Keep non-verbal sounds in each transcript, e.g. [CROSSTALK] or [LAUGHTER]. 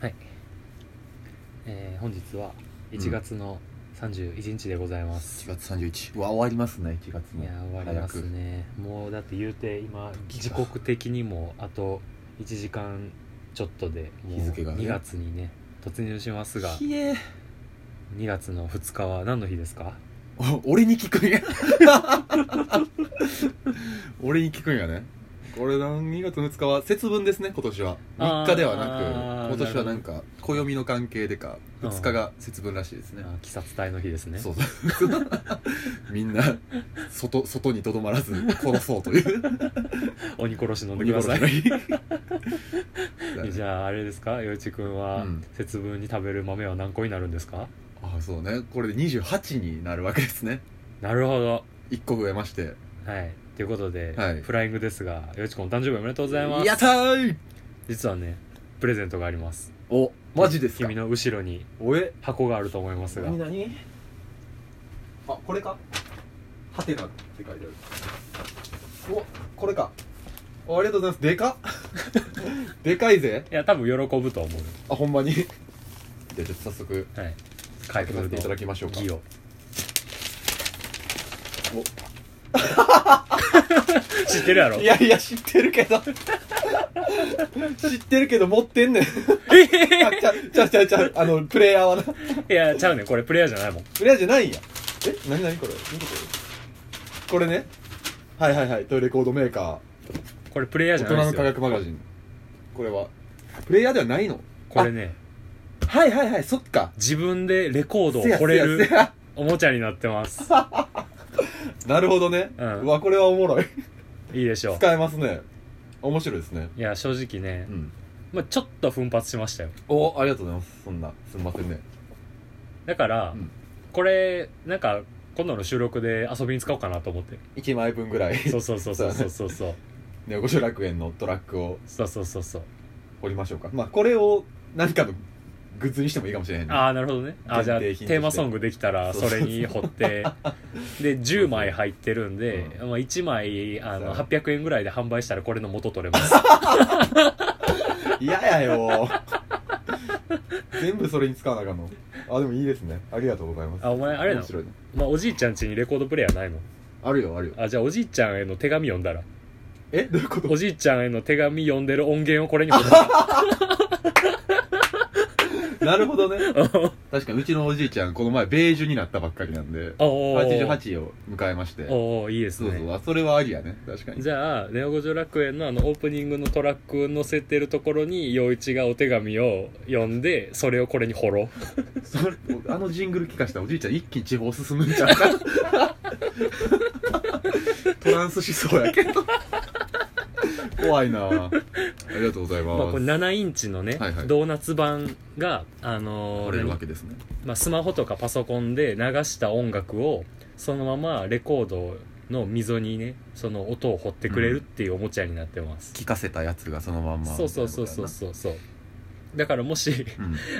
はい、えー本日は1月の31日でございます、 1月31うわ終わりますね1月もいやー終わりますねもうだって言うて今時刻的にもあと1時間ちょっとでもう日付がね2月にね突入します早がくひえ2月の2日は何の日ですかお俺に聞くんや俺に聞くんやねこれなん2月2日は節分ですね今年は3日ではあなーく今年はなんか暦の関係でかうん2日が節分らしいですねあー鬼殺隊の日ですねそう [LAUGHS] そうみんな外外にとどまらず殺そうという鬼殺し飲んで鬼くだ殺さし [LAUGHS] いの日 [LAUGHS] じゃああれですか陽一君はうん節分に食べる豆は何個になるんですかあそうねこれで28になるわけですねなるほど1個増えましてはいということで、はいフライングですが陽一君お誕生日おめでとうございますやったーい実はねプレゼントがありますおマジですか君の後ろにおえ箱があると思いますが何何あこれかハテナって書いてあるおこれかおありがとうございますでか [LAUGHS] っでかいぜいや多分喜ぶと思うあほんまにじゃあちょっと早速はい開けさせていただきましょうかギをお [LAUGHS] 知ってるやろいやいや知ってるけど [LAUGHS] 知ってるけど持ってんねんあちゃちゃちゃちゃあのプレイヤーはないやちゃうねこれプレイヤーじゃないもんプレイヤーじゃないんやえ何何これ見てこれこれねはいはいはいトイレコードメーカこれプレイヤーじー大ゃ人ないのです科よ学マガジンこれはプレイヤーではないのこれねはいはいはいそっか自分でレコードをせや掘れせやるせやおもちゃになってます [LAUGHS] なるほどね、うんわこれはおもろいいいでしょう使えますね面白いですねいや正直ね、うんまあ、ちょっと奮発しましたよおありがとうございますそんなすんませんねだから、うんこれなんか今度の収録で遊びに使おうかなと思って1枚分ぐらいそうそうそうそうそうそうそう [LAUGHS] ね五所楽園のトラックをそうそうそうそう折りましょうかまあこれを何かのグッズにしてもいいかもしれへんねああなるほどねあーじゃあ限テ定品としてーマソングできたらそうそうそそうれに掘ってで10枚入ってるんで、うまあ、1枚あのそう800円ぐらいで販売したらこれの元取れます [LAUGHS] 嫌やよ [LAUGHS] 全部それに使わなあかんのあでもいいですねありがとうございますあお前あれなの面白いねまあ、おじいちゃん家にレコードプレイヤーないのあるよあるよあじゃあおじいちゃんへの手紙読んだ [LAUGHS] らえどういう [LAUGHS] ことおじいちゃんへの手紙読んでる音源をこれに掘っなるほどね [LAUGHS] 確かにうちのおじいちゃんこの前ベージュになったばっかりなんでおー88を迎えましてそうおーいいですそうねあそれはありやね確かにじゃあ「ネオ五条楽園の」あのオープニングのトラック載せてるところに陽一がお手紙を読んでそれをこれに掘ろうそ [LAUGHS] れあのジングル聞かしたらおじいちゃん一気に地方進むんちゃう [LAUGHS] かトランス思想やけど怖いなありがとうございます、まあ、これ7インチのね、はいはいドーナツ版が、あのー折れるわ何けですねまあ、スマホとかパソコンで流した音楽をそのままレコードの溝にねその音を掘ってくれるっていうおもちゃになってます、聞かせたやつがそのまんまそうそうそうそうそうそうだからもしう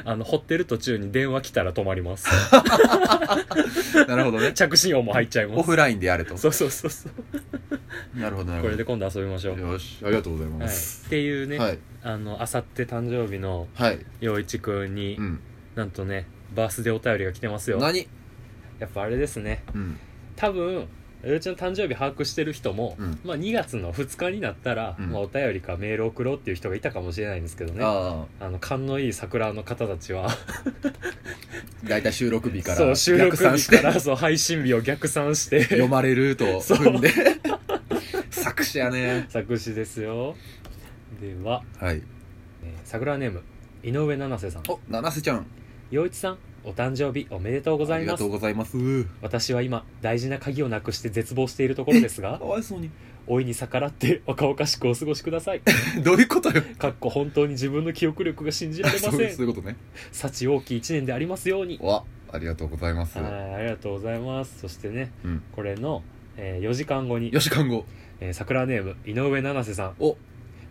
あの掘ってる途中に電話来たら止まります [LAUGHS] ん、なるほど [LAUGHS] ね着信音も入っちゃいまオすフラインでやれとそうそうそうそうなるほどなるこほれどで今度遊びましょう、よしありがとうございはい、まっすていうね、はいあのあさって誕生日のはい、陽一くんに、うんなんとねバースデーお便りが来てますよ何やっぱあれですねうん多分うちの誕生日把握してる人も、うんまあ、2月の2日になったら、うんまあ、お便りかメール送ろうっていう人がいたかもしれないんですけどねあああの勘のいい桜の方たちは大体収録日からそう収録逆算日してからそう配信日を逆算し読てまれるとそう踏んで作詞やね作詞ですよでは、はいえー桜ネーム井上七瀬さんお七瀬ちゃん陽一さんお誕生日おめでとうござあいりまがすとうございます私は今大事な鍵をなくして絶望しているところです [LAUGHS] がかわいそうに大いに逆らって若々しくお過ごしくださいどういうことよかっこ本当に自分の記憶力が信じられま [LAUGHS] そうせいんうことね幸多き一年でありますようにわありがとうございますはいありがとうございますそしてねうんこれの、え4時間後によ、し看護えー桜ネーム井上七瀬さんお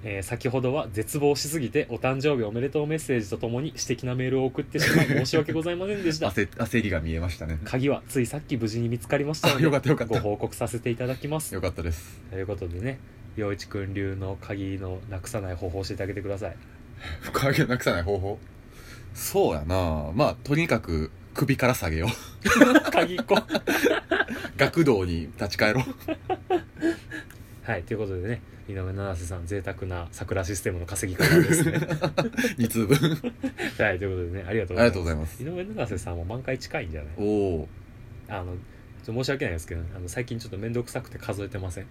えー先ほどは絶望しすぎてお誕生日おめでとうメッセージとともに私的なメールを送ってし [LAUGHS] まい申し訳ございませんでした焦焦りが見えましたね鍵はついさっき無事に見つかりましたあのよかでったよかっごた報告させていただきますよかったですということでね [LAUGHS] 陽一君流の鍵のなくさない方法を教えてあげてください不可げなくさない方法そうやなまあとにかく首から下げよう [LAUGHS] 鍵っ子学童に立ち返ろうはいということでね井上七瀬さん贅沢な桜システムの稼ぎ方です [LAUGHS] ね2通分はいということでねありがとうございありがとうごますざいます井上七瀬さんも満開近いんじゃないおおあのちょっと申し訳ないですけど、あの最近ちょっと面倒くさくて数えてません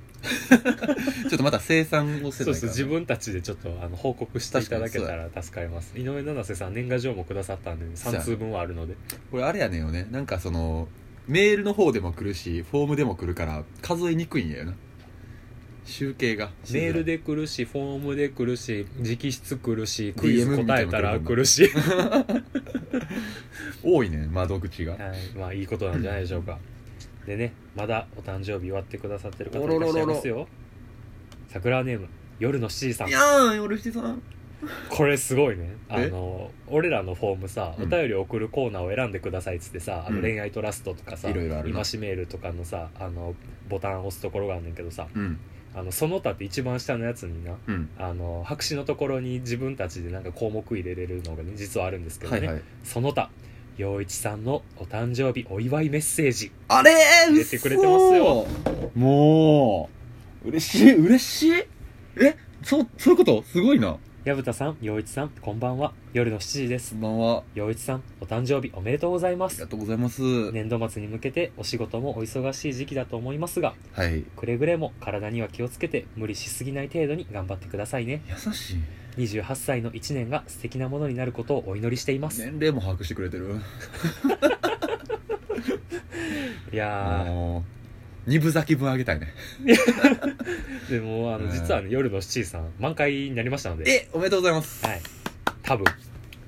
ーちょっとまた生産をせそなうそいかうら自分たちでちょっとあの報告していただけたら助かります井上七瀬さん年賀状もくださったんでそうや3通分はあるのでこれあれやねんよねなんかそのメールの方でも来るしフォームでも来るから数えにくいんやよな集計がメールで来るしフォームで来るし直筆来るしクイズ答えたら DM みたいなの来るもんな来るし、多いね窓口がはい、まあいいことなんじゃないでしょうかでねまだお誕生日祝ってくださってる方いらっしゃいますよ桜ネーム夜の C さんいやー俺七さんこれすごいねあえの俺らのフォームさうんお便り送るコーナーを選んでくださいっつってさ、あうのん恋愛トラストとかさいろいろあるな今しメールとかのさあのボタン押すところがあんねんけどさうんあのその他って一番下のやつになうんあの白紙のところに自分たちでなんか項目入れれるのがね実はあるんですけどはね、いはいその他陽一さんのお誕生日お祝いメッセージあれー入れてくれてますよ嘘もう嬉しい嬉しいえそうそういうことすごいな薮田さん陽一さんこんばんは夜の7時ですこんばんは陽一さんお誕生日おめでとうございまありすがとうございます、年度末に向けてお仕事もお忙しい時期だと思いますがはい優くれぐれも体には気をつけて無理しすぎない程度に頑張ってくださいねしい28歳の1年が素敵なものになることをお祈りしています、年齢も把握してくれてるいやもう二分咲き分あげたいねーでもあうのん実はね夜の7時さん満開になりましたのでえおめでとうございますはい多分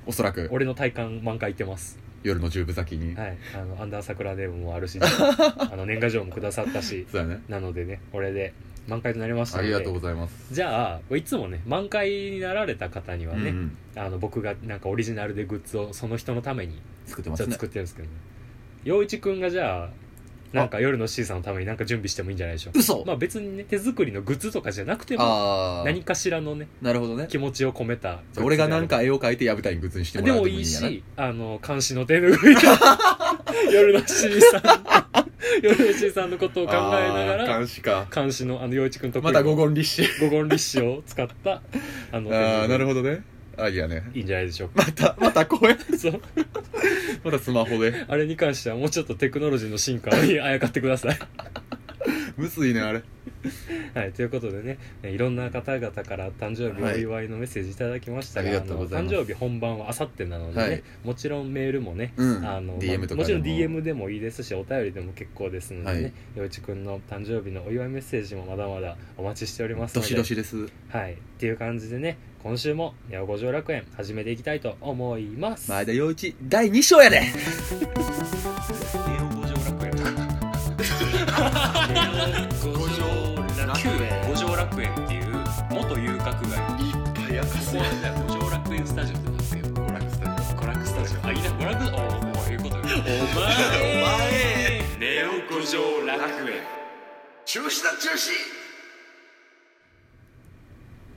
おそらく俺の体感満開いってます夜の十分咲きに、はいあのアンダー桜ネームもあ [LAUGHS] るしあの年賀状もくださったしそうやねなのでねこれで満開となりましたあのりがとうでございます、じゃあいつもね満開になられた方にはね、うんあの僕がなんかオリジナルでグッズをその人のために作ってまちょすっとね作ってるんですけどね陽一くんがじゃあなんか夜の C さんのためになんか準備してもいいんじゃないでしょうか嘘、まあ別にね手作りのグッズとかじゃなくてもああ何かしらのねなるほどね気持ちを込めたグッズであれば俺がなんか絵を描いてやぶたにグッズにしてもでらうもいいんやなしあの監視の手ぬぐいと [LAUGHS] 夜の C さん夜の C さんのことを考えながあーら監視か監視のあの陽一くんとまた五五言立志言立志を使ったあのああなるほほどねあいいやねどいいんじゃないでしょうか [LAUGHS] またまた公園そうまたスマホであれに関してはもうちょっとテクノロジーの進化 [LAUGHS] にあやかってください。むずいねあれはい、ということでね、えいろんな方々から誕生日お祝いのメッセージいただきましたが、はいありがとうございますあの誕生日本番はあさってなのでね、はいもちろんメールもね、うんあの DM とかでももちろん DM でもいいですし、お便りでも結構ですのではいね、よいちくんの誕生日のお祝いメッセージもまだまだお待ちしておりますのどで、しどしですはい、っていう感じでね、今週も八百五条楽園始めていきたいと思います。前田洋一第2章やでネオ五条楽園 [LAUGHS] 五条楽園五条楽園っていう元遊郭街早かす五条楽園スタジオってなってる娯楽スタジ娯楽スタジオあいいな娯楽おおおいうことよお前ネオ五条楽園中止だ中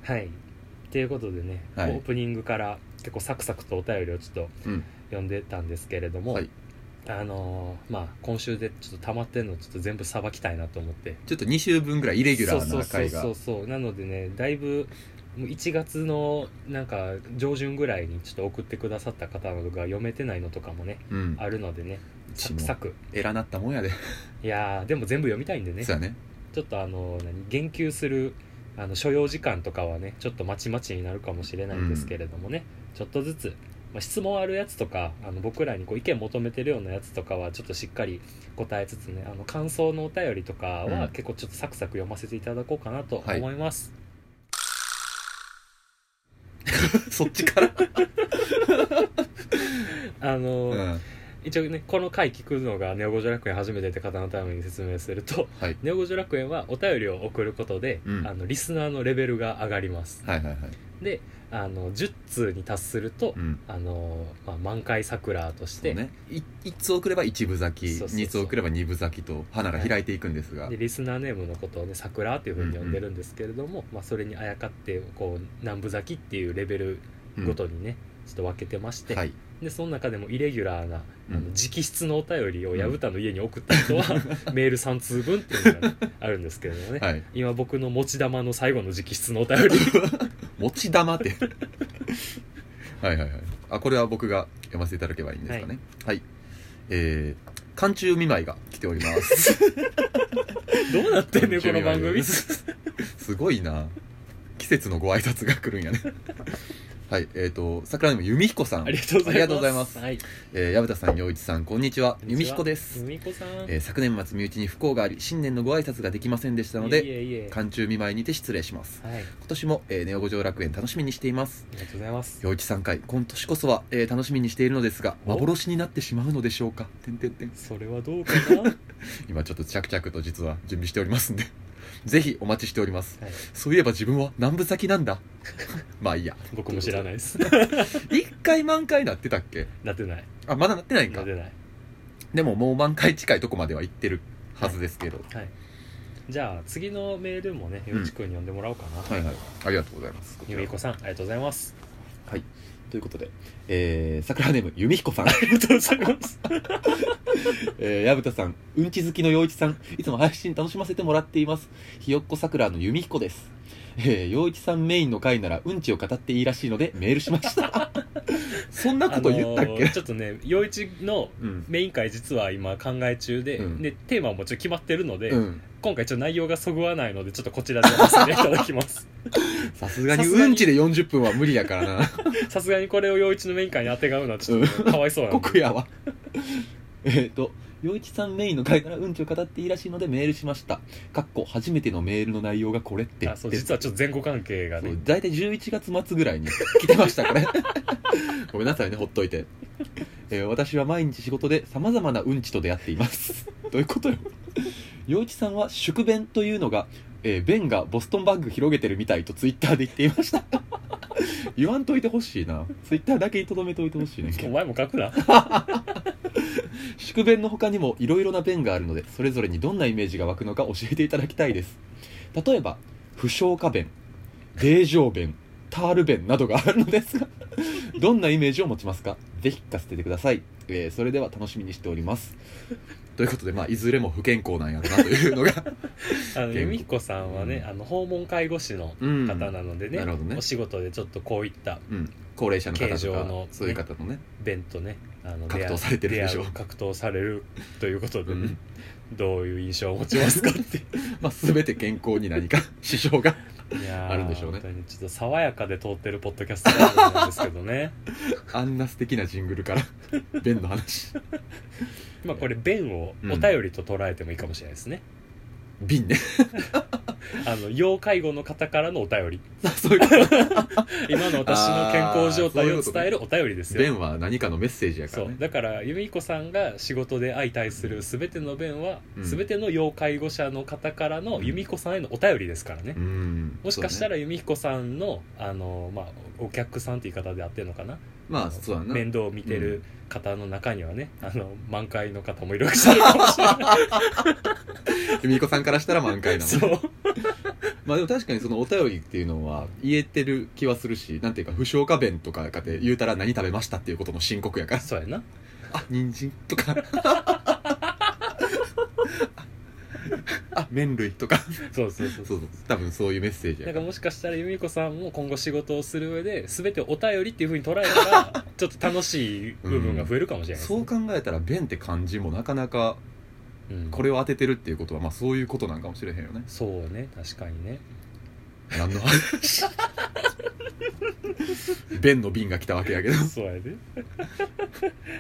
止はいということでね、はいオープニングから結構サクサクとお便りをちょっとうん読んでたんですけれども、はいあのーまあ今週でちょっと溜まってるのをちょっと全部さばきたいなと思ってちょっと2週分ぐらいイレギュラーな回がそうそうそうそうなのでねだいぶもう1月のなんか上旬ぐらいにちょっと送ってくださった方のが読めてないのとかもねうんあるのでねうサちクもサク偉なったもんやでいやーでも全部読みたいんでねそうやねちょっとあの何言及するあの所要時間とかはねちょっとまちまちになるかもしれないんですけれどもね、ちょっとずつ、まあ、質問あるやつとかあの僕らにこう意見求めてるようなやつとかはちょっとしっかり答えつつねあの感想のお便りとかうはん結構ちょっとサクサク読ませていただこうかなとはい思います、 [LAUGHS] そっちからあの、うん一応ねこの回聞くのがネオ五条楽園初めてって方のために説明すると [LAUGHS] はいネオ五条楽園はお便りを送ることで、うんあのリスナーのレベルが上がりますはいはいはいであの10通に達すると、うんあのまあ、満開桜として、ね1通送れば1分咲きそうそうそう2通送れば2分咲きと花が開いていくんですがでリスナーネームのことをね桜っていうふうに呼んでるんですけれども、まあ、それにあやかってこう南部咲きっていうレベルうんごとにね、ちょっと分けてまして、はいでその中でもイレギュラーな、あうのん直筆のお便りを薮田の家に送った人は、 [LAUGHS] メール3通分っていうのがあるんですけれどもね、はい今僕の持ち玉の最後の直筆のお便り [LAUGHS] 持ち玉って [LAUGHS] はいはいはいあこれは僕が読ませていただけばいいんですかねはい、えー、寒中見舞いが来ております [LAUGHS] どうなってんねんこの番面白い組ねすごいな季節のご挨拶が来るんやねはいえっ、ー、と桜にも弓彦さんありがとうございますありがとうございますはい、えー、矢田さん陽一さんこんにちは弓彦です由美子さん、えー昨年末身内に不幸があり新年のご挨拶ができませんでしたのいでえいえ寒中見舞いにて失礼しますはい、あ今年も、えー、ネオ五条楽園楽しみにしていますりがとうございます陽一さん回今年こそは、えー楽しみにしているのですがお幻になってしまうのでしょうかてんてんてんそれはどうか [LAUGHS] な、はい、今ちょっと着々と実は準備しておりますんで [LAUGHS] ぜひお待ちしておりますそういえば自分は南部咲きなんだ [LAUGHS] まあいいや僕も知らないです一回満開なってたっけなってないあまだなってないんなかってないでももう満開近いとこまでは行ってるはずですけど、はいじゃあ次のメールもね陽一くんに読んでもらおうかな、はいはいありがとうございます由美子さんありがとうございますということで、えー、桜ネーム弓彦 [LAUGHS] さんありがとうございますえー、矢蓋さん、うんち好きの陽一さん、いつも配信楽しませてもらっています。ひよっこさくらの弓彦です。えー、陽一さんメインの回ならうんちを語っていいらしいのでメールしました。 [LAUGHS] そんなこと言ったっあのけ、ーちょっとね陽一のうん。メイン会実は今考え中で、うんでテーマもちょっと決まってるので、うん。今回ちょっと内容がそぐわないのでちょっとこちらで読ませていただきます [LAUGHS] さすがにさすがうにんちで40分は無理やからな。さすがにこれを陽一のメイン会に当てがうのはちょっとねかわいそうなんで国やわ。 [LAUGHS] えーと、陽一さんメインの回ならうんちを語っていいらしいのでメールしました。かっこ初めてのメールの内容がこれって。あそう実はちょっと前後関係がそねう大体11月末ぐらいに来てましたから [LAUGHS] ごめんなさいねほっといて、えー私は毎日仕事でさまざまなうんちと出会っています [LAUGHS] どういうことよ陽一さんは宿便というのが、えー便がボストンバッグ広げてるみたいとツイッターで言っていました [LAUGHS] 言わんといてほしいなツイッターだけにとどめておいてほしいねんけおど前も書くな宿便の他にもいろいろな便があるのでそれぞれにどんなイメージが湧くのか教えていただきたいです例えば不消化便冷状便タール便などがあるのですがどんなイメージを持ちますかぜひ聞かせてください、えーそれでは楽しみにしておりますということで、まあ、いずれも不健康なんやろなというのがあの由美子さんはねあの訪問介護士の [LAUGHS] うん方なのでね,、なるほどねお仕事でちょっとこういったうん、高齢者の方形と状かのそういう方のね弁とねあの格出闘会うされてるでしょ出会う格闘されるということで、うねんどういう印象を持ちますかってまあ、全て健康に [LAUGHS] 何か支障がいやーあるんでしょうね本当にちょっと爽やかで通ってるポッドキャスト番組なんですけど [LAUGHS] ねあんな素敵なジングルから便の話まあこれ弁をお便りと捉えてもいいかもしれないですね、瓶ね [LAUGHS] あの要介護の方からのお便りあそういうこと今の私の健康状態を伝えるお便りですよ便は何かのメッセージやかそらうねだから由美子さんが仕事で相対する全ての弁は、うん全ての要介護者の方からの由美子さんへのお便りですからね、うんもしかしたらら由美彦さんのあの、まあ、お客さんっていう言い方であってるのかなまあそうだな面倒を見てる方の中にはね、あの満開の方もいるわけじゃないかもしれない由美子さんからしたら満 [LAUGHS] 開 [LAUGHS] なそのうまあでも確かにそのお便りっていうのは言えてる気はするしなんていうか不消化弁とかかて言うたら何食べましたっていうことの申告やからそうやなあ人参とか [LAUGHS] あ麺類とかそうそうそうそそううそう多分そういうメッセージだかやかららもしかしたら由美子さんも今後仕事をする上で全てをお便りっていうふうに捉えた [LAUGHS] らちょっと楽しい部分が増えるかもしれないですそね、う考えたら弁って漢字もなかなかうんこれを当ててるっていうことはまあそういうことなんかもしれへんよねそうね確かにね何の話便の瓶が来たわけやけど [LAUGHS] そうやで、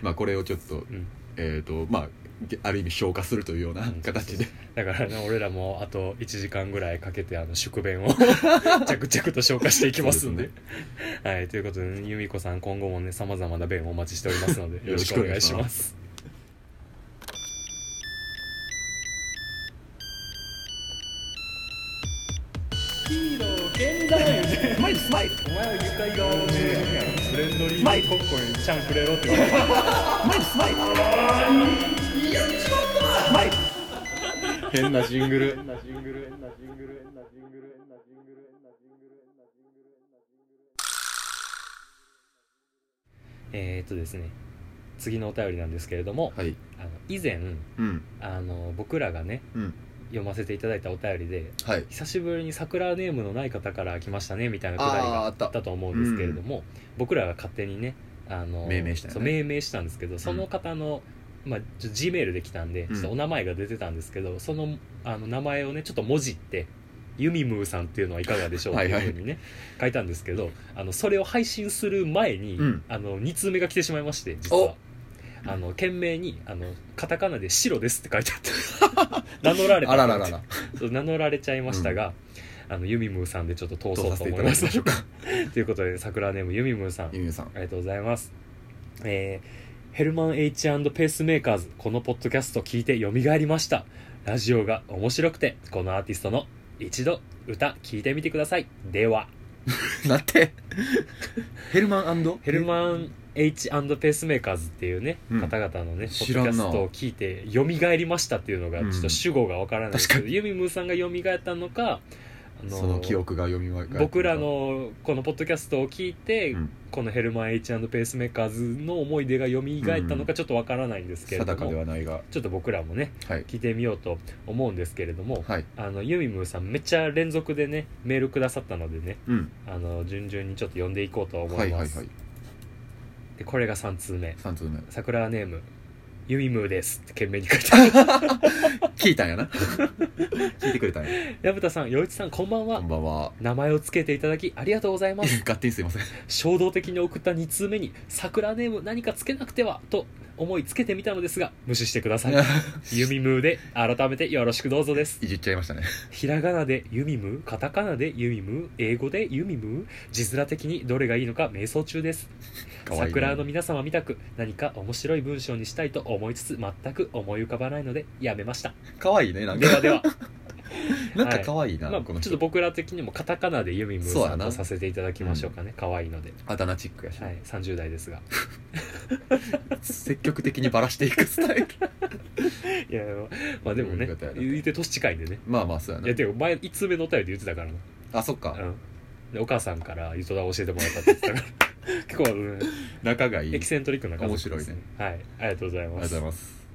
まあこれをちょっとうん、えっ、とまあげある意味消化するというようなうん形でだからね俺らもあと1時間ぐらいかけてあの宿便 [LAUGHS] を着々と消化していきますんでそうはいということでね由美子さん今後もねさまざまな便をお待ちしておりますのでよよろろししくくおお願願いいししまますお前スマイルスマイルは愉快顔でフレンドリーマイコッコにチャンくれろって言われスマイルスマイル変なジングルえーっとですね次のお便りなんですけれどもはいあの以前うんあの僕らがねうん読ませていただいたお便りではい久しぶりに桜ネームのない方から来ましたねみたいなくだりあーがああったったと思うんですけれども、僕らが勝手にねあの命名したよそねう命名したんですけどその方の、まあ、ちょ G メールで来たんでうんちょっとお名前が出てたんですけど、そのあの名前をねちょっと文字って「ユミムーさんっていうのはいかがでしょう」っはていいはういふうにね書いたんですけどあのそれを配信する前に、うんあの2通目が来てしまいまして実はお。あの懸命にあのカタカナで「白です」って書いてあって [LAUGHS] 名乗られたあららららそう名乗られちゃいましたが、あのユミムーさんでちょっと通どそううさせとてい思たいまだきましすょうかということで桜ネームユミムーさんあゆみゆさんりがとうございますえーヘルマン H& ペースメーカーズこのポッドキャスト聞いてよみがえりましたラジオが面白くてこのアーティストの一度歌聞いてみてくださいではなってヘルマンヘルマン H& ペースメーカーズっていうね、うん方々のねポッ知ドらんキなャストを聞いてよみがえりましたっていうのがうんちょっと主語がわからないですけ確ど、ユミムーさんがよみがえったのかあーその記憶が読み返僕らのこのポッドキャストを聞いて、うんこの「ヘルマン H& ペースメーカーズ」の思い出が蘇ったのかちょっとわからないんですけれ定どかも、ではないがちょっと僕らもねはい聞いてみようと思うんですけれども、はいあのユミムーさんめっちゃ連続でねメールくださったのでねうんあの順々にちょっと読んでいこうと思はいいはまいす、はいでこれが3通目3通目「桜ネームユミムーです」って懸命に書いてあ [LAUGHS] る聞いたんやな [LAUGHS] 聞いてくれたんや薮田さん陽一さんこんばんこはんばんは名前をつけていただきありがとうございます [LAUGHS] 勝手にすいません衝動的に送った2通目に「桜ネーム何かつけなくては」と思いつけてみたのですが無視してくださいユミムーで改めてよろしくどうぞです [LAUGHS] いじっちゃいましたねひらがなでユミムーカタカナでユミムー英語でユミムー字面的にどれがいいのか迷走中ですかわいいな桜の皆様みたく何か面白い文章にしたいと思いつつ全く思い浮かばないのでやめましたかわいいね [LAUGHS] なんではかではなんかかわいいな、まあちこょのっ人と僕ら的にもカタカナでユミムーそうさやんなとさせていただきましょうかね可愛いので、あだ名チックやし、はい、30代ですが積極的にバラしていくスタイ [LAUGHS] いルやまあでもねそういうことやな言うて年近いんでねまあまあそうやいなやでも前1通目のお便りで言ってたからな、あそっか、うん、でお母さんからゆとだを教えてもらったって言ってたから [LAUGHS] 結構、うん仲がいいエキセントリックな感じ面白いねはいありがとうございありまがとうごすざいます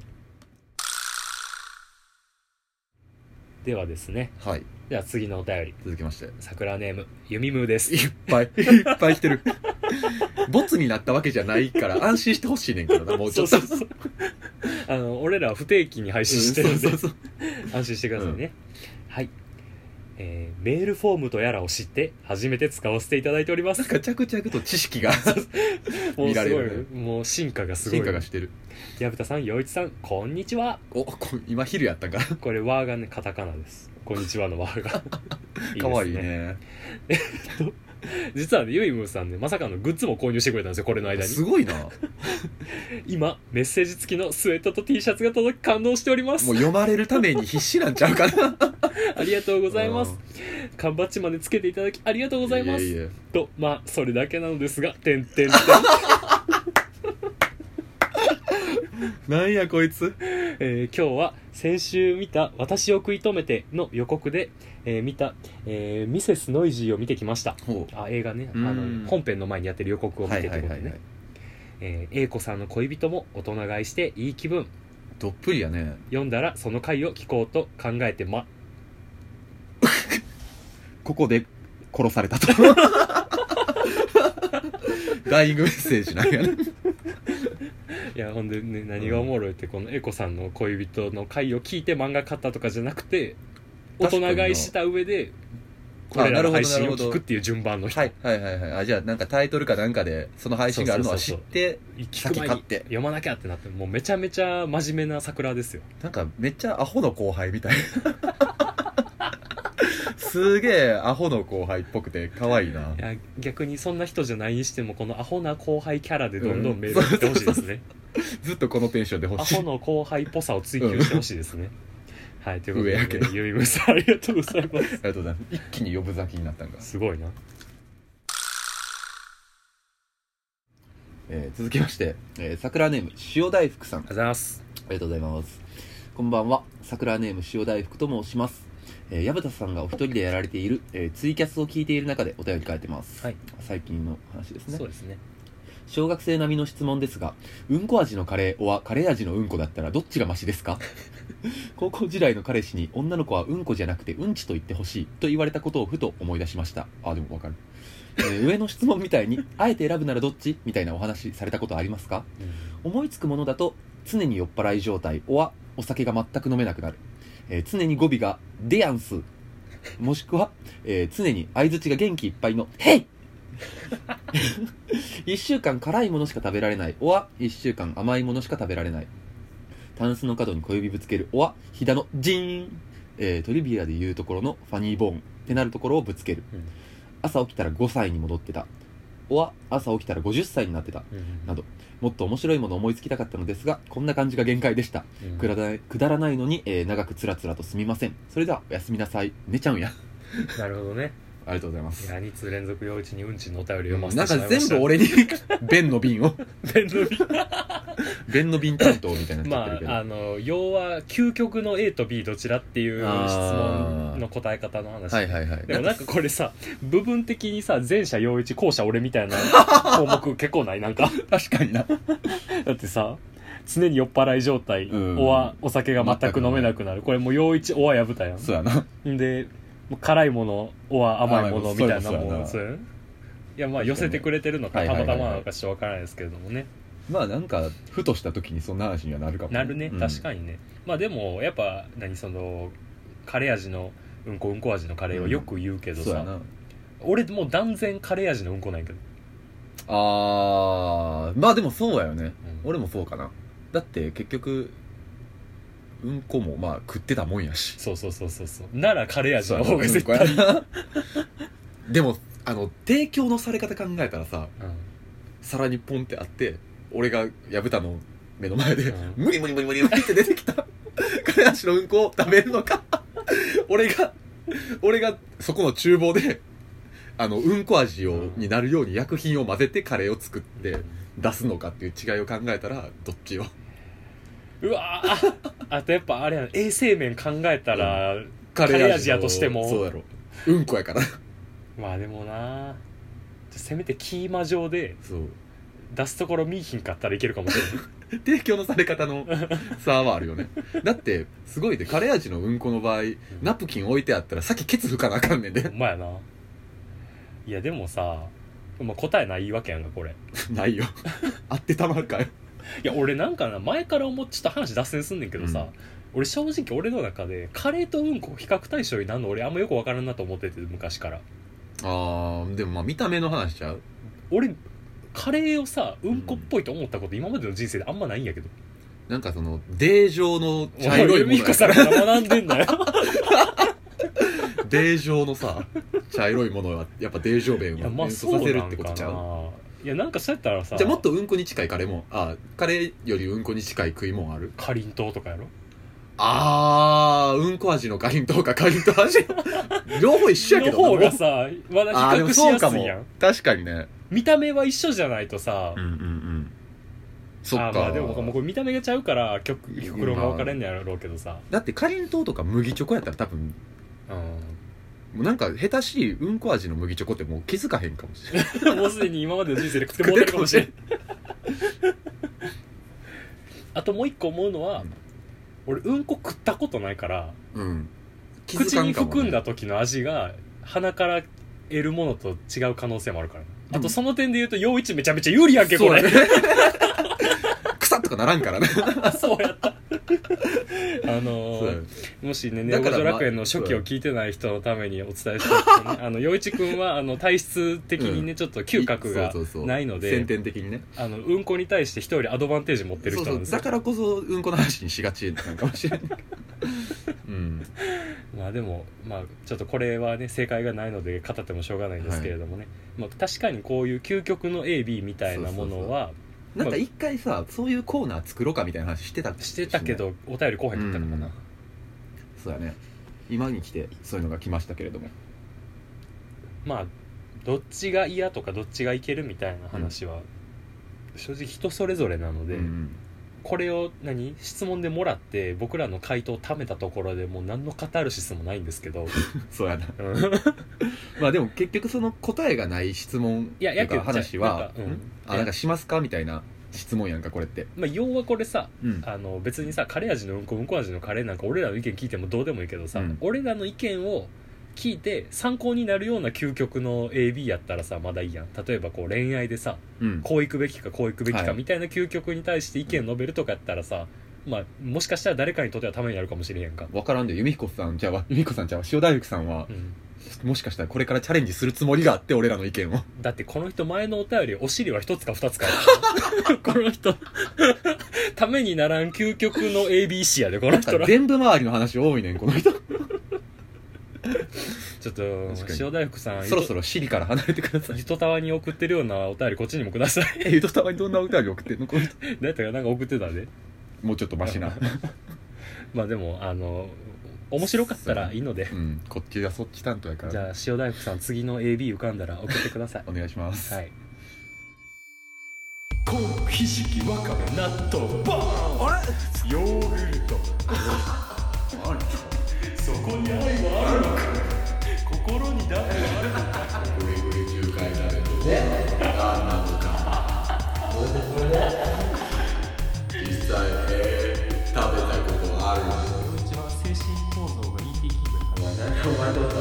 ではですねはいでは次のお便り続きまして桜ネームゆみむーですいっぱい [LAUGHS] いっぱい来てるボツになったわけじゃないから安心してほしいねんけどなもうちょっとそうそうそうあの俺らは不定期に配信してるんでうんそうそうそう安心してくださいね、はい、えーメールフォームとやらを知って初めて使わせていただいておりますなんか着々と知識がもう見らすれごるいもう進化がすごい進化がしてる薮田さん陽一さんこんにちはおこ今昼やったんかこれ「わ」がねカタカナです「こんにちは」の「わ」が [LAUGHS] いいですねかわいいね実はねゆいむーさんねまさかのグッズも購入してくれたんですよこれの間にすごいな今メッセージ付きのスウェットと T シャツが届き感動しておりますもう読まれるために必死なんちゃうかなありがとうごございます缶バッジまでつけていただきありがとうございますいえいえとまあそれだけなのですがてんてんてん [LAUGHS] なんやこいつえー今日は先週見た「私を食い止めて」の予告で、えー見た、えーミセスノイジーを見てきましたほうあ映画ねあうんの本編の前にやってる予告を見はてっていこはといではいはねいえー英子さんの恋人も大人買いしていい気分どっぷりやね読んだらその回を聞こうと考えてまここで殺され [LAUGHS] たとダイイングメッセージなんやねいやほんでね何がおもろいってこの英子さんの恋人の回を聞いて漫画買ったとかじゃなくて大確かにな人買いした上でこれあらなるのほ配ど信なるをほど聞くっていう順番の人、はいはいはいはいあじゃあなんかタイトルかなんかでその配信があるのは知って聞く先前買っにて読まなきゃってなってもうめちゃめちゃ真面目な桜ですよなんかめっちゃアホの後輩みたい [LAUGHS] すげえアホの後輩っぽくて可愛いないや逆にそんな人じゃないにしてもこのアホな後輩キャラでどんどんメール送ってほしいですねずっとこのテンションで欲アしいホの後輩っぽさを追求してほしいですね。はい、ということ上やで、けねど、ゆいむさんありがとうございまありがとうございます一気に呼ぶ咲きになったんかす。、すごいな。えー続きまして、えー桜ネーム塩大福さんあありがとうございます。りがとうございますこんばんは桜ネーム塩大福と申しますえー矢田さんがお一人でやられている、えーツイキャスを聞いている中でお便り書いてます、はい最近の話ですねそうですね。小学生並みの質問ですがうんこ味のカレーはカレー味のうんこだったらどっちがマシです [LAUGHS] か高校時代の彼氏に女の子はうんこじゃなくてうんちと言ってほしいと言われたことをふと思い出しましたあでもわかる、えー上の質問みたいにあえて選ぶならどっちみたいなお話されたことありますか思いつくものだと常に酔っ払い状態おはお酒が全く飲めなくなる、えー常に語尾が「デアンス」もしくは、えー常に相づちが元気いっぱいの [LAUGHS] 「ヘイ! 」1週間辛いものしか食べられないおは1週間甘いものしか食べられないタンスの角に小指ぶつけるおはひだの「ジーン」えートリビアで言うところの「ファニーボーン」ってなるところをぶつける、うん朝起きたら5歳に戻ってたおは朝起きたら50歳になってたなどもっと面白いものを思いつきたかったのですがこんな感じが限界でしたくだらないくだらないのに、えー長くつらつらとすみませんそれではおやすみなさい寝ちゃうんやなるほどねありがとうございますいや2通連続陽一にうんちのお便り読ませなんてしかまいま全した部俺に便の [LAUGHS] 瓶を全部便の瓶担当みたいになっちゃっまてるけど、ああの要は究極の A と B どちらっていう質問の答え方の話はいはいはいでもなんかこれさ部分的にさ前者陽一後者俺みたいな項目結構ないなんか確かにな [LAUGHS] だってさ常に酔っ払い状態、うんおわお酒が全く飲めなくなるこれもう陽一おわやぶたやそうやなんでもう辛いものおわ甘いもの甘いみもたのいなそうやなもんそそうやんいやまあ寄せてくれてるのかはいたはいはまいたまなのかしわからないですけれどもねまあなんかふとした時にそんな話にはなるかもなるねうん確かにね、まあでもやっぱ何そのカレー味のうんこうんこ味のカレーはよく言うけどそうさ、やな俺もう断然カレー味のうんこなんやけど、あーまあでもそうやよねうん俺もそうかなだって結局うんこもまあ食ってたもんやしそうそうそうそうそうならカレー味の方がそう絶や対なうんこやな [LAUGHS] でもあの提供のされ方考えたらさう皿にポンってあって俺が薮田の目の前で、うん無理無理無理無理無理って出てきた [LAUGHS] 彼足のうんこを食べるのか [LAUGHS] 俺が俺がそこの厨房であのうんこ味を、うんになるように薬品を混ぜてカレーを作っんて出すのかっていう違いを考えたらどっちをうわーああとやっぱあれやな衛生面考えたら、カレー味をそうやろうんこやからまあでもなじゃあせめてキーマ状でそう出すところ見いひんかったらいけるかもしれない提供のされ方の差はあるよねだってすごいでカレー味のうんこの場合ナプキン置いてあったら先ケツ拭かなあかんねんほ [LAUGHS] でんまやないやでもさ、まあ、答えないわけやんかこれないよあってたまるかよいや俺なんかな前から思っちょっと話脱線すんねんけどさ、うん俺正直俺の中でカレーとうんこ比較対象になるの俺あんまよくわからんなと思ってて昔からあーでもまあ見た目の話ちゃう俺カレーをさうんこっぽいと思ったこと今までの人生であんまないんやけどなんかそのデー状の茶お色いゆものみやこさんから学んでんだよデー状のさ茶色いものはやっぱデー状弁をいや連まあ想そさうせるなっんてこかとなちゃういやなんかそうやったらさじゃあもっとうんこに近いカレーもあカレーよりうんこに近い食いもんあるかりんとうとかやろあーうんこ味のかりんとうかかりんとう味両方一緒やけのど方ながさまだあ比ーで較もしそうやかすいもやん確かにね見た目は一緒じゃないとさ、うんうんうんそっあーまかあでももうこれ見た目がちゃうから極極論が分かれんのやろうけどさ、だってかりんとうとか麦チョコやったら多分もうなんか下手しいうんこ味の麦チョコってもう気づかへんかもしれないうん、もうすでに今までの人生で食ってもらってるかもし [LAUGHS] れんあともう一個思うのは、うん俺うんこ食ったことないから [LAUGHS] うん気づ口かにんかもね含んだ時の味が鼻から得るものと違う可能性もあるからねあとその点で言うと陽一めちゃめちゃ有利やんけこそうれやね [LAUGHS] 腐っとかならんか [LAUGHS] らねそうやった [LAUGHS] あのそうやーねもしね「ネだオから女まあ楽園」の初期を聞いてない人のためにお伝えしておくとねあの陽一君はあの体質的にねちょっと嗅覚がそうそうそうないので先天的にねあのうんこに対して人よりアドバンテージ持ってるそう人そなんうですよだからこそうんこの話にしがちなんかもしれないうんまあでも、まあ、ちょっとこれはね正解がないので語ってもしょうがないんですけれどもね、まあ、確かにこういう究極の AB みたいなものはなんか一回さそういうコーナー作ろうかみたいな話してたしてたけどお便り後輩だったのかな、うんそうやね今に来てそういうのが来ましたけれどもまあどっちが嫌とかどっちがいけるみたいな話は、正直人それぞれなので、うんこれを何質問でもらって僕らの回答を貯めたところでもう何のカタルシスもないんですけど、そうやなう [LAUGHS] んまあでも結局その答えがない質問って [LAUGHS] いやいやうけどか話はじゃあなんかうんんあなんかしますかみたいな質問やんかこれってまあ、要はこれさうんあの別にさカレー味のうんこうんこ味のカレーなんか俺らの意見聞いてもどうでもいいけどさ、うん俺らの意見を聞いて参考になるような究極の AB やったらさまだいいやん例えばこう恋愛でさうんこういくべきかこういくべきはかいみたいな究極に対して意見を述べるとかやったらさ、まあ、もしかしたら誰かにとってはためになるかもしれへんか、わからんで由美彦さんじゃ [LAUGHS] あ由美彦さんじゃあ塩大福さんはうん、もしかしたらこれからチャレンジするつもりがあって俺らの [LAUGHS] 意見をだってこの人前のお便りお尻は一つか二つか [LAUGHS] この人ためにならん究極の ABC やでこのなん人から全部周りの話多いねんこの人ちょっと確かに塩大福さんそろそろ尻から離れてくだ [LAUGHS] さいゆとたわに送ってるようなお便りこっちにもください [LAUGHS] えゆとたまにどんなお便り送ってんのこの人だったかなんか送ってたんでもうちょっとマ [LAUGHS] シなまあでもあの面白かったらいいのでうんこっちはそっち担当やかじらゃあ塩大福さん次の AB 浮かんだら送ってくださいお願いしますはいコーヒシキワカメ納豆バーンあれヨーグルトあれそこに愛はあるのか心に誰があるのかグリグリ9回 [LAUGHS] だね実際食べたことある一番精神構造が ET キングだから五条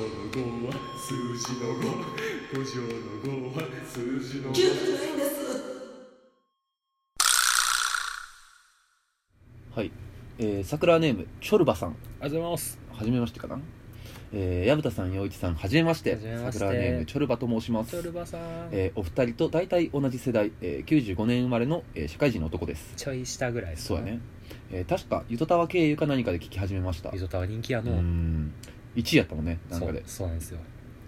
の五は数字の五五条の五は数字の五はい、えー、桜ネームチョルバさんありがとうございますはじめましてかなえー矢蓋さん陽一さんはじめましてはじめまして桜ネームチョルバと申しまチすョルバさん、えーお二人と大体同じ世代、えー、95年生まれの、えー社会人の男ですちょい下ぐらいですかそうやね、えー確かゆとたわ経由か何かで聞き始めましたゆとたわ人気やうの、ん1位やったもんねなんそかうでそうなんですよ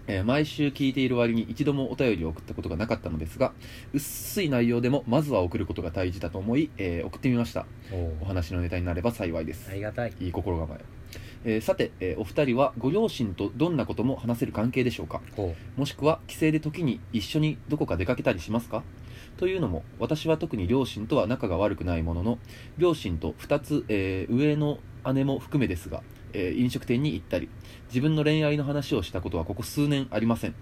えー毎週聞いている割に一度もお便りを送ったことがなかったのですが薄い内容でもまずは送ることが大事だと思い、えー送ってみましたおおお話のネタになれば幸いです、ありがたいいい心構ええーさて、えーお二人はご両親とどんなことも話せる関係でしょうかおうもしくは帰省で時に一緒にどこか出かけたりしますかというのも私は特に両親とは仲が悪くないものの両親と2つ、えー上の姉も含めですが、えー飲食店に行ったり自分の恋愛の話をしたことはここ数年ありません、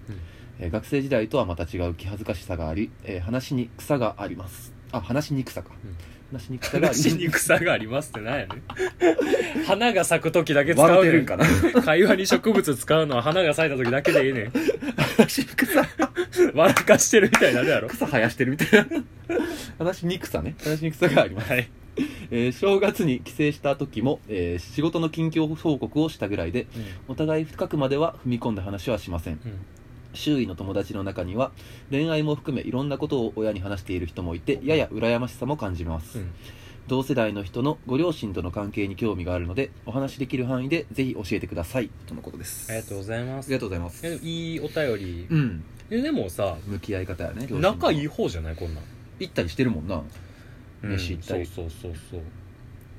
えー学生時代とはまた違う気恥ずかしさがあり、えー話に草がありますあ話しにくさか、うん話にくさがあり話に草がありますってなんやね [LAUGHS] 花が咲く時だけ使笑うってねるんんかな会話に植物使うのは花が咲いた時だけでいいねん話にくさ笑かしてるみたいになるやろ草生やしてるみたいな [LAUGHS] 話しにくさね話しにくさがあります、はい [LAUGHS] えー正月に帰省した時も、えー仕事の近況報告をしたぐらいでお互い深くまでは踏み込んだ話はしませんうん周囲の友達の中には恋愛も含めいろんなことを親に話している人もいてやや羨ましさも感じます、うん同世代の人のご両親との関係に興味があるのでお話しできる範囲でぜひ教えてくださいとのことですありがとうごあざいますりがとうございますえいいお便りう、んえでもさ向き合い方やね両親と仲いい方じゃないこんなん、行ったりしてるもんな飯行ったりそうそうそうそう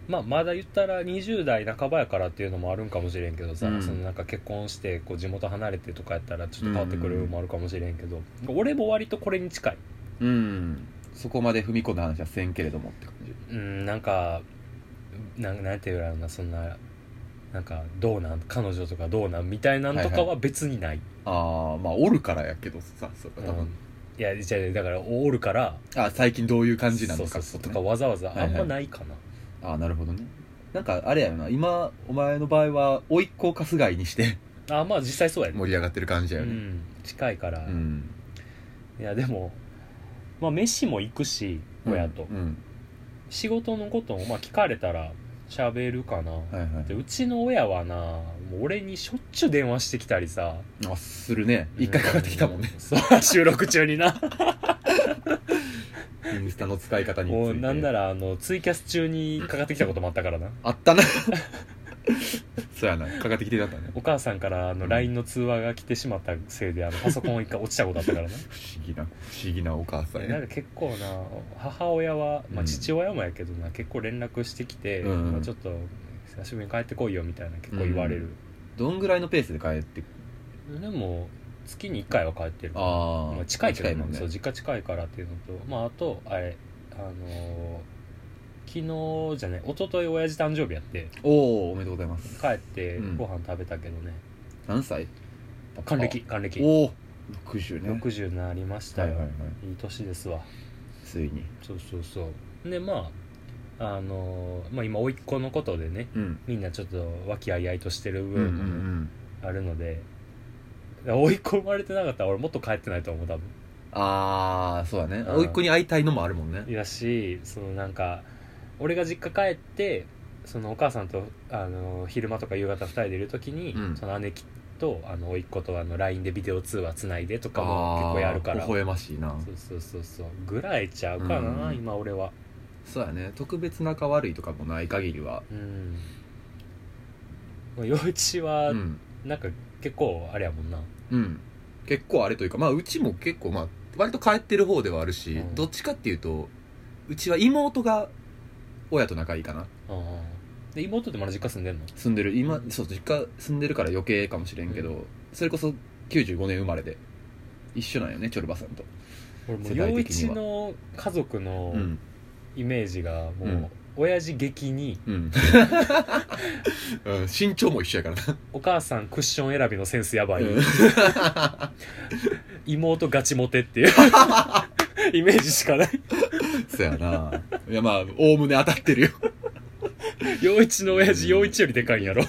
まあまだ言ったら20代半ばやからっていうのもあるんかもしれんけどさ、うんそのなんか結婚してこう地元離れてとかやったらちょっと変わってくるのもあるかもしれんけど、俺も割とこれに近いうんそこまで踏み込んだ話はせんけれどもって感じうんなんかなんなんていうのかなそんななんかどうなん彼女とかどうなんみたいなんとかは別にない、ああまあおるからやけどさそれはう多分、んいやじゃあだからおるからあ最近どういう感じなのかそうそうそうってとかことねわざわざあんはいはまいないかな、ああなるほどねなんかあれやよな今お前の場合は甥っ子を春日井にして [LAUGHS] あまあ実際そうやね、盛り上がってる感じやうよねん、近いから、うん、うん、いやでもまあ飯も行くし親と、うん、仕事のこともまあ聞かれたら喋るかな、はいはでうちの親はなもう俺にしょっちゅう電話してきたりさいあするね一回かかってきたもんねう、そう収録中 [LAUGHS] になインスタの使い方についてもうなんならあのツイキャス中にかかってきたこともあったからなあったな [LAUGHS] そうやなかかってきてたんだねお母さんからあの LINE の通話が来てしまったせいであのパソコン一回落ちたことあったからな不思議な不思議なお母さんなんやか結構な母親は、まうあ、ん父親もやけどな、結構連絡してきて、うんうんまあ、ちょっと久しぶりに帰ってこいよみたいな結構言われる、どんぐらいのペースで帰ってでも月に1回は帰ってるあーまあ、近いけどね近いもんねそう実家近いからっていうのと、まあ、あとあれあのー昨日じゃない一昨日親父誕生日やっておおおめでとうございます帰ってうんご飯食べたけどね、何歳還暦還暦おお60ね60になりましたはいよ、はいはいいい年ですわついにそうそうそうでまああのーまあ今甥っ子のことでねうんみんなちょっと和気あいあいとしてる部うんうん分もね、うんあるので甥っ子生まれてなかったら俺もっと帰ってないと思う多分ああそうだねうん甥っ子に会いたいのもあるもんねいやしそのなんか俺が実家帰ってそのお母さんとあの昼間とか夕方2人でいる時に、うんその姉貴とあの甥っ子とあの LINE でビデオ通話つないでとかもあ結構やるかーら微笑ましいなそうそうそうそうぐらいちゃうかな、うん今俺はそうだね特別仲悪いとかもない限りはうんまあ陽一はうんなんか結構あれやもんな、うん結構あれというかまあうちも結構まあ割と帰ってる方ではあるし、うんどっちかっていうとうちは妹が親と仲いいかなうんで妹ってまだ実家住んでんの住んでる今そう実家住んでるから余計かもしれんけど、うそれこそ95年生まれで一緒なんよねチョルバさんと俺もう世代陽的一にはの家族のうんイメージがもう、うん親父激にうん [LAUGHS] うん身長も一緒やからなお母さんクッション選びのセンスやばい、うん妹ガチモテっていう [LAUGHS] イメージしかないそやないやまあおおむね当たってるよ陽一の親父うん陽一よりでかいんやろ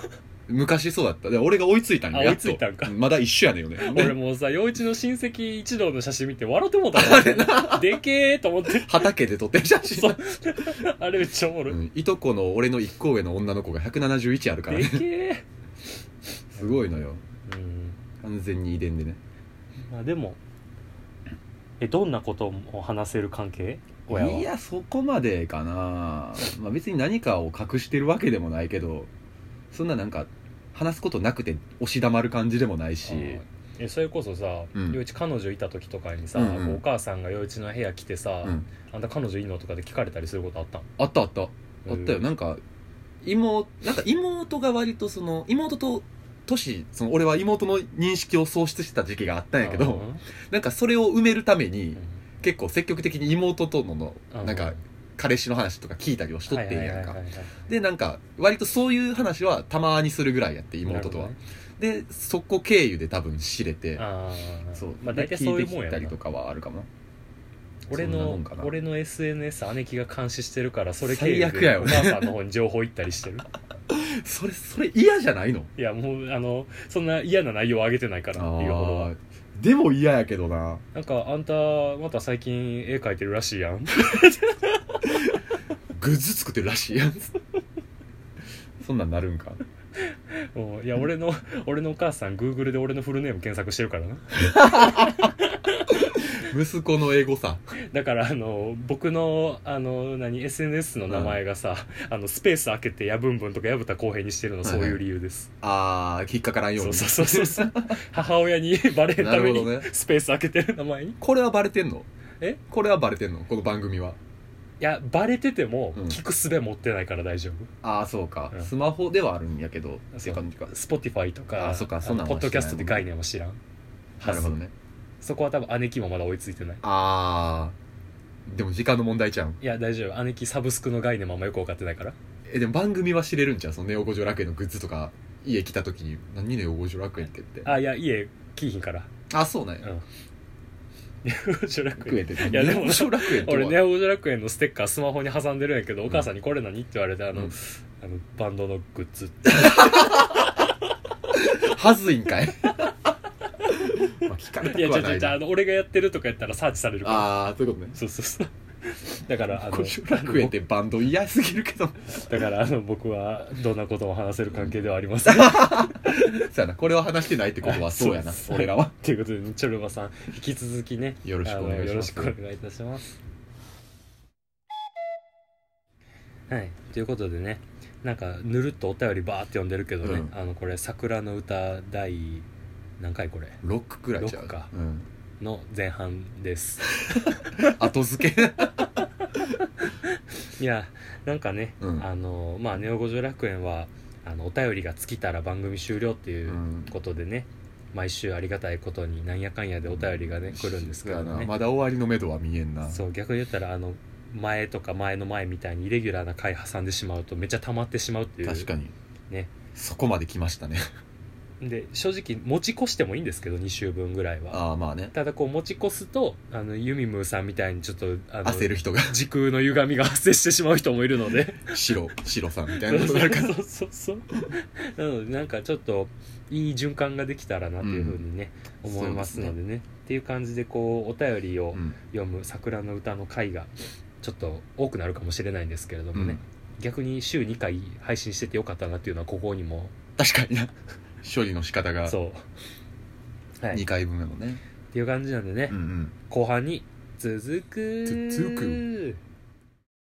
昔そうだったで俺が追いついたんよあやっと追いついたんかまだ一緒やねんよね俺もうさ陽一の親戚一同の写真見て笑ってもうたのでけえと思って畑で撮ってる写真そうあれめっちゃおもろい、うんいとこの俺の一個上の女の子が171あるからでねけえすごいのようん、完全に遺伝でねまあ、でもえどんなことも話せる関係親はいやそこまでかな、まあ、別に何かを隠してるわけでもないけどそんななんか話すことなくて押し黙る感じでもないしえそれこそさうん陽一彼女いた時とかにさ、うんうんこうお母さんが陽一の部屋来てさ、うんあんた彼女いいのとかで聞かれたりすることあったんあったあったあったよねなんか妹なんか妹が割とその妹と年その俺は妹の認識を喪失してた時期があったんやけどなんかそれを埋めるために結構積極的に妹とののなんか彼氏の話とか聞いたりをしとってんやんかでなんか割とそういう話はたまにするぐらいやって妹とは、でそこ経由で多分知れてああそうまあで大体そういうもん聞いてきやたなりとかはあるかも俺そんなものんかな俺の SNS 姉貴が監視してるからそれ経最由悪やでよお母さんの方に情報行ったり [LAUGHS] してるそれそれ嫌じゃないのいやもうあのそんな嫌な内容は上げてないから言うほどはあーでも嫌やけどななんかあんたまた最近絵描いてるらしいやんグッズ作ってるらしいやん [LAUGHS] そんなんなるんかもういや俺の俺のお母さん Google で俺のフルネーム検索してるからな息子の英語さだからあの僕のあの何 SNS の名前がさ、あのスペース開けて「やぶんぶん」とか「やぶた公平」にしてるのはいそはういいう理由です、あー引っかからんよそううにそうそうそう母親にバレるためになるほどねスペース開けてる名前にいこれはバレてんのえこれはバレてんのこの番組はやバレててもうん聞くすべ持ってないから大丈夫、ああそうか、うんスマホではあるんやけどってそう感じか Spotify とかあそっかそんなんはポッドキャストって概念は知らんなるほどねそこは多分姉貴もまだ追いついてないああでも時間の問題じゃんいや大丈夫姉貴サブスクの概念もあんまよく分かってないからえでも番組は知れるんじゃんそのネオ五条楽園のグッズとか家来た時に「何ネオ五条楽園」って言ってあいや家来いひんからあそうなんうやん [LAUGHS] 楽園楽園っていやでもネオ五条楽園とは俺ネオ・ジョ楽園のステッカースマホに挟んでるんやけど、お母さんに「これ何?」って言われてあの,、うんあのバンドのグッズ [LAUGHS] はずいん [LAUGHS] かいまあ聞かれたいやく違うはな違うい違うあなの俺がやってるとかやったらサーチされる [LAUGHS] からああそういうことねそうそうそうだからあの五条楽園ってバンド嫌すぎるけどだからあの僕はどんなことも話せる関係ではありませんそうやなこれは話してないってことは [LAUGHS] そうやな [LAUGHS] そう俺らはということでチョルマさん引き続きねよろしくお願いあのよしますろしくお願いいたしますはいということでねなんかぬるっとお便りバーって読んでるけどね、うんあのこれ「桜の歌」第何回これロックくらいちゃロッうクかうん、の前半です [LAUGHS] 後付けいやなんかね、うんあのまあネオ五条楽園はあのお便りが尽きたら番組終了っていうことでね、毎週ありがたいことになんやかんやでお便りがね、来るんですけどそうやなね、まだ終わりのめどは見えんなそう逆に言ったらあの前とか前の前みたいにイレギュラーな回挟んでしまうとめっちゃ溜まってしまうっていう確かにねそこまで来ましたねで正直持ち越してもいいんですけど2週分ぐらいはああまあねただこう持ち越すとあのユミムーさんみたいにちょっとあの焦る人が時空の歪みが発生してしまう人もいるので白白さんみたい [LAUGHS] そう [LAUGHS] なことになるからそうそうそうなのでなんかちょっといい循環ができたらなっていうふうにね、うん思いますのでねっていう感じでこうお便りをうん読む「桜の歌」の回がちょっと多くなるかもしれないんですけれどもね、逆に週2回配信しててよかったなっていうのはここにも確かにな処理の仕方がそう、はい、 2っ回分目のね、ていう感じなんでね、うんうん後半に続くつ続く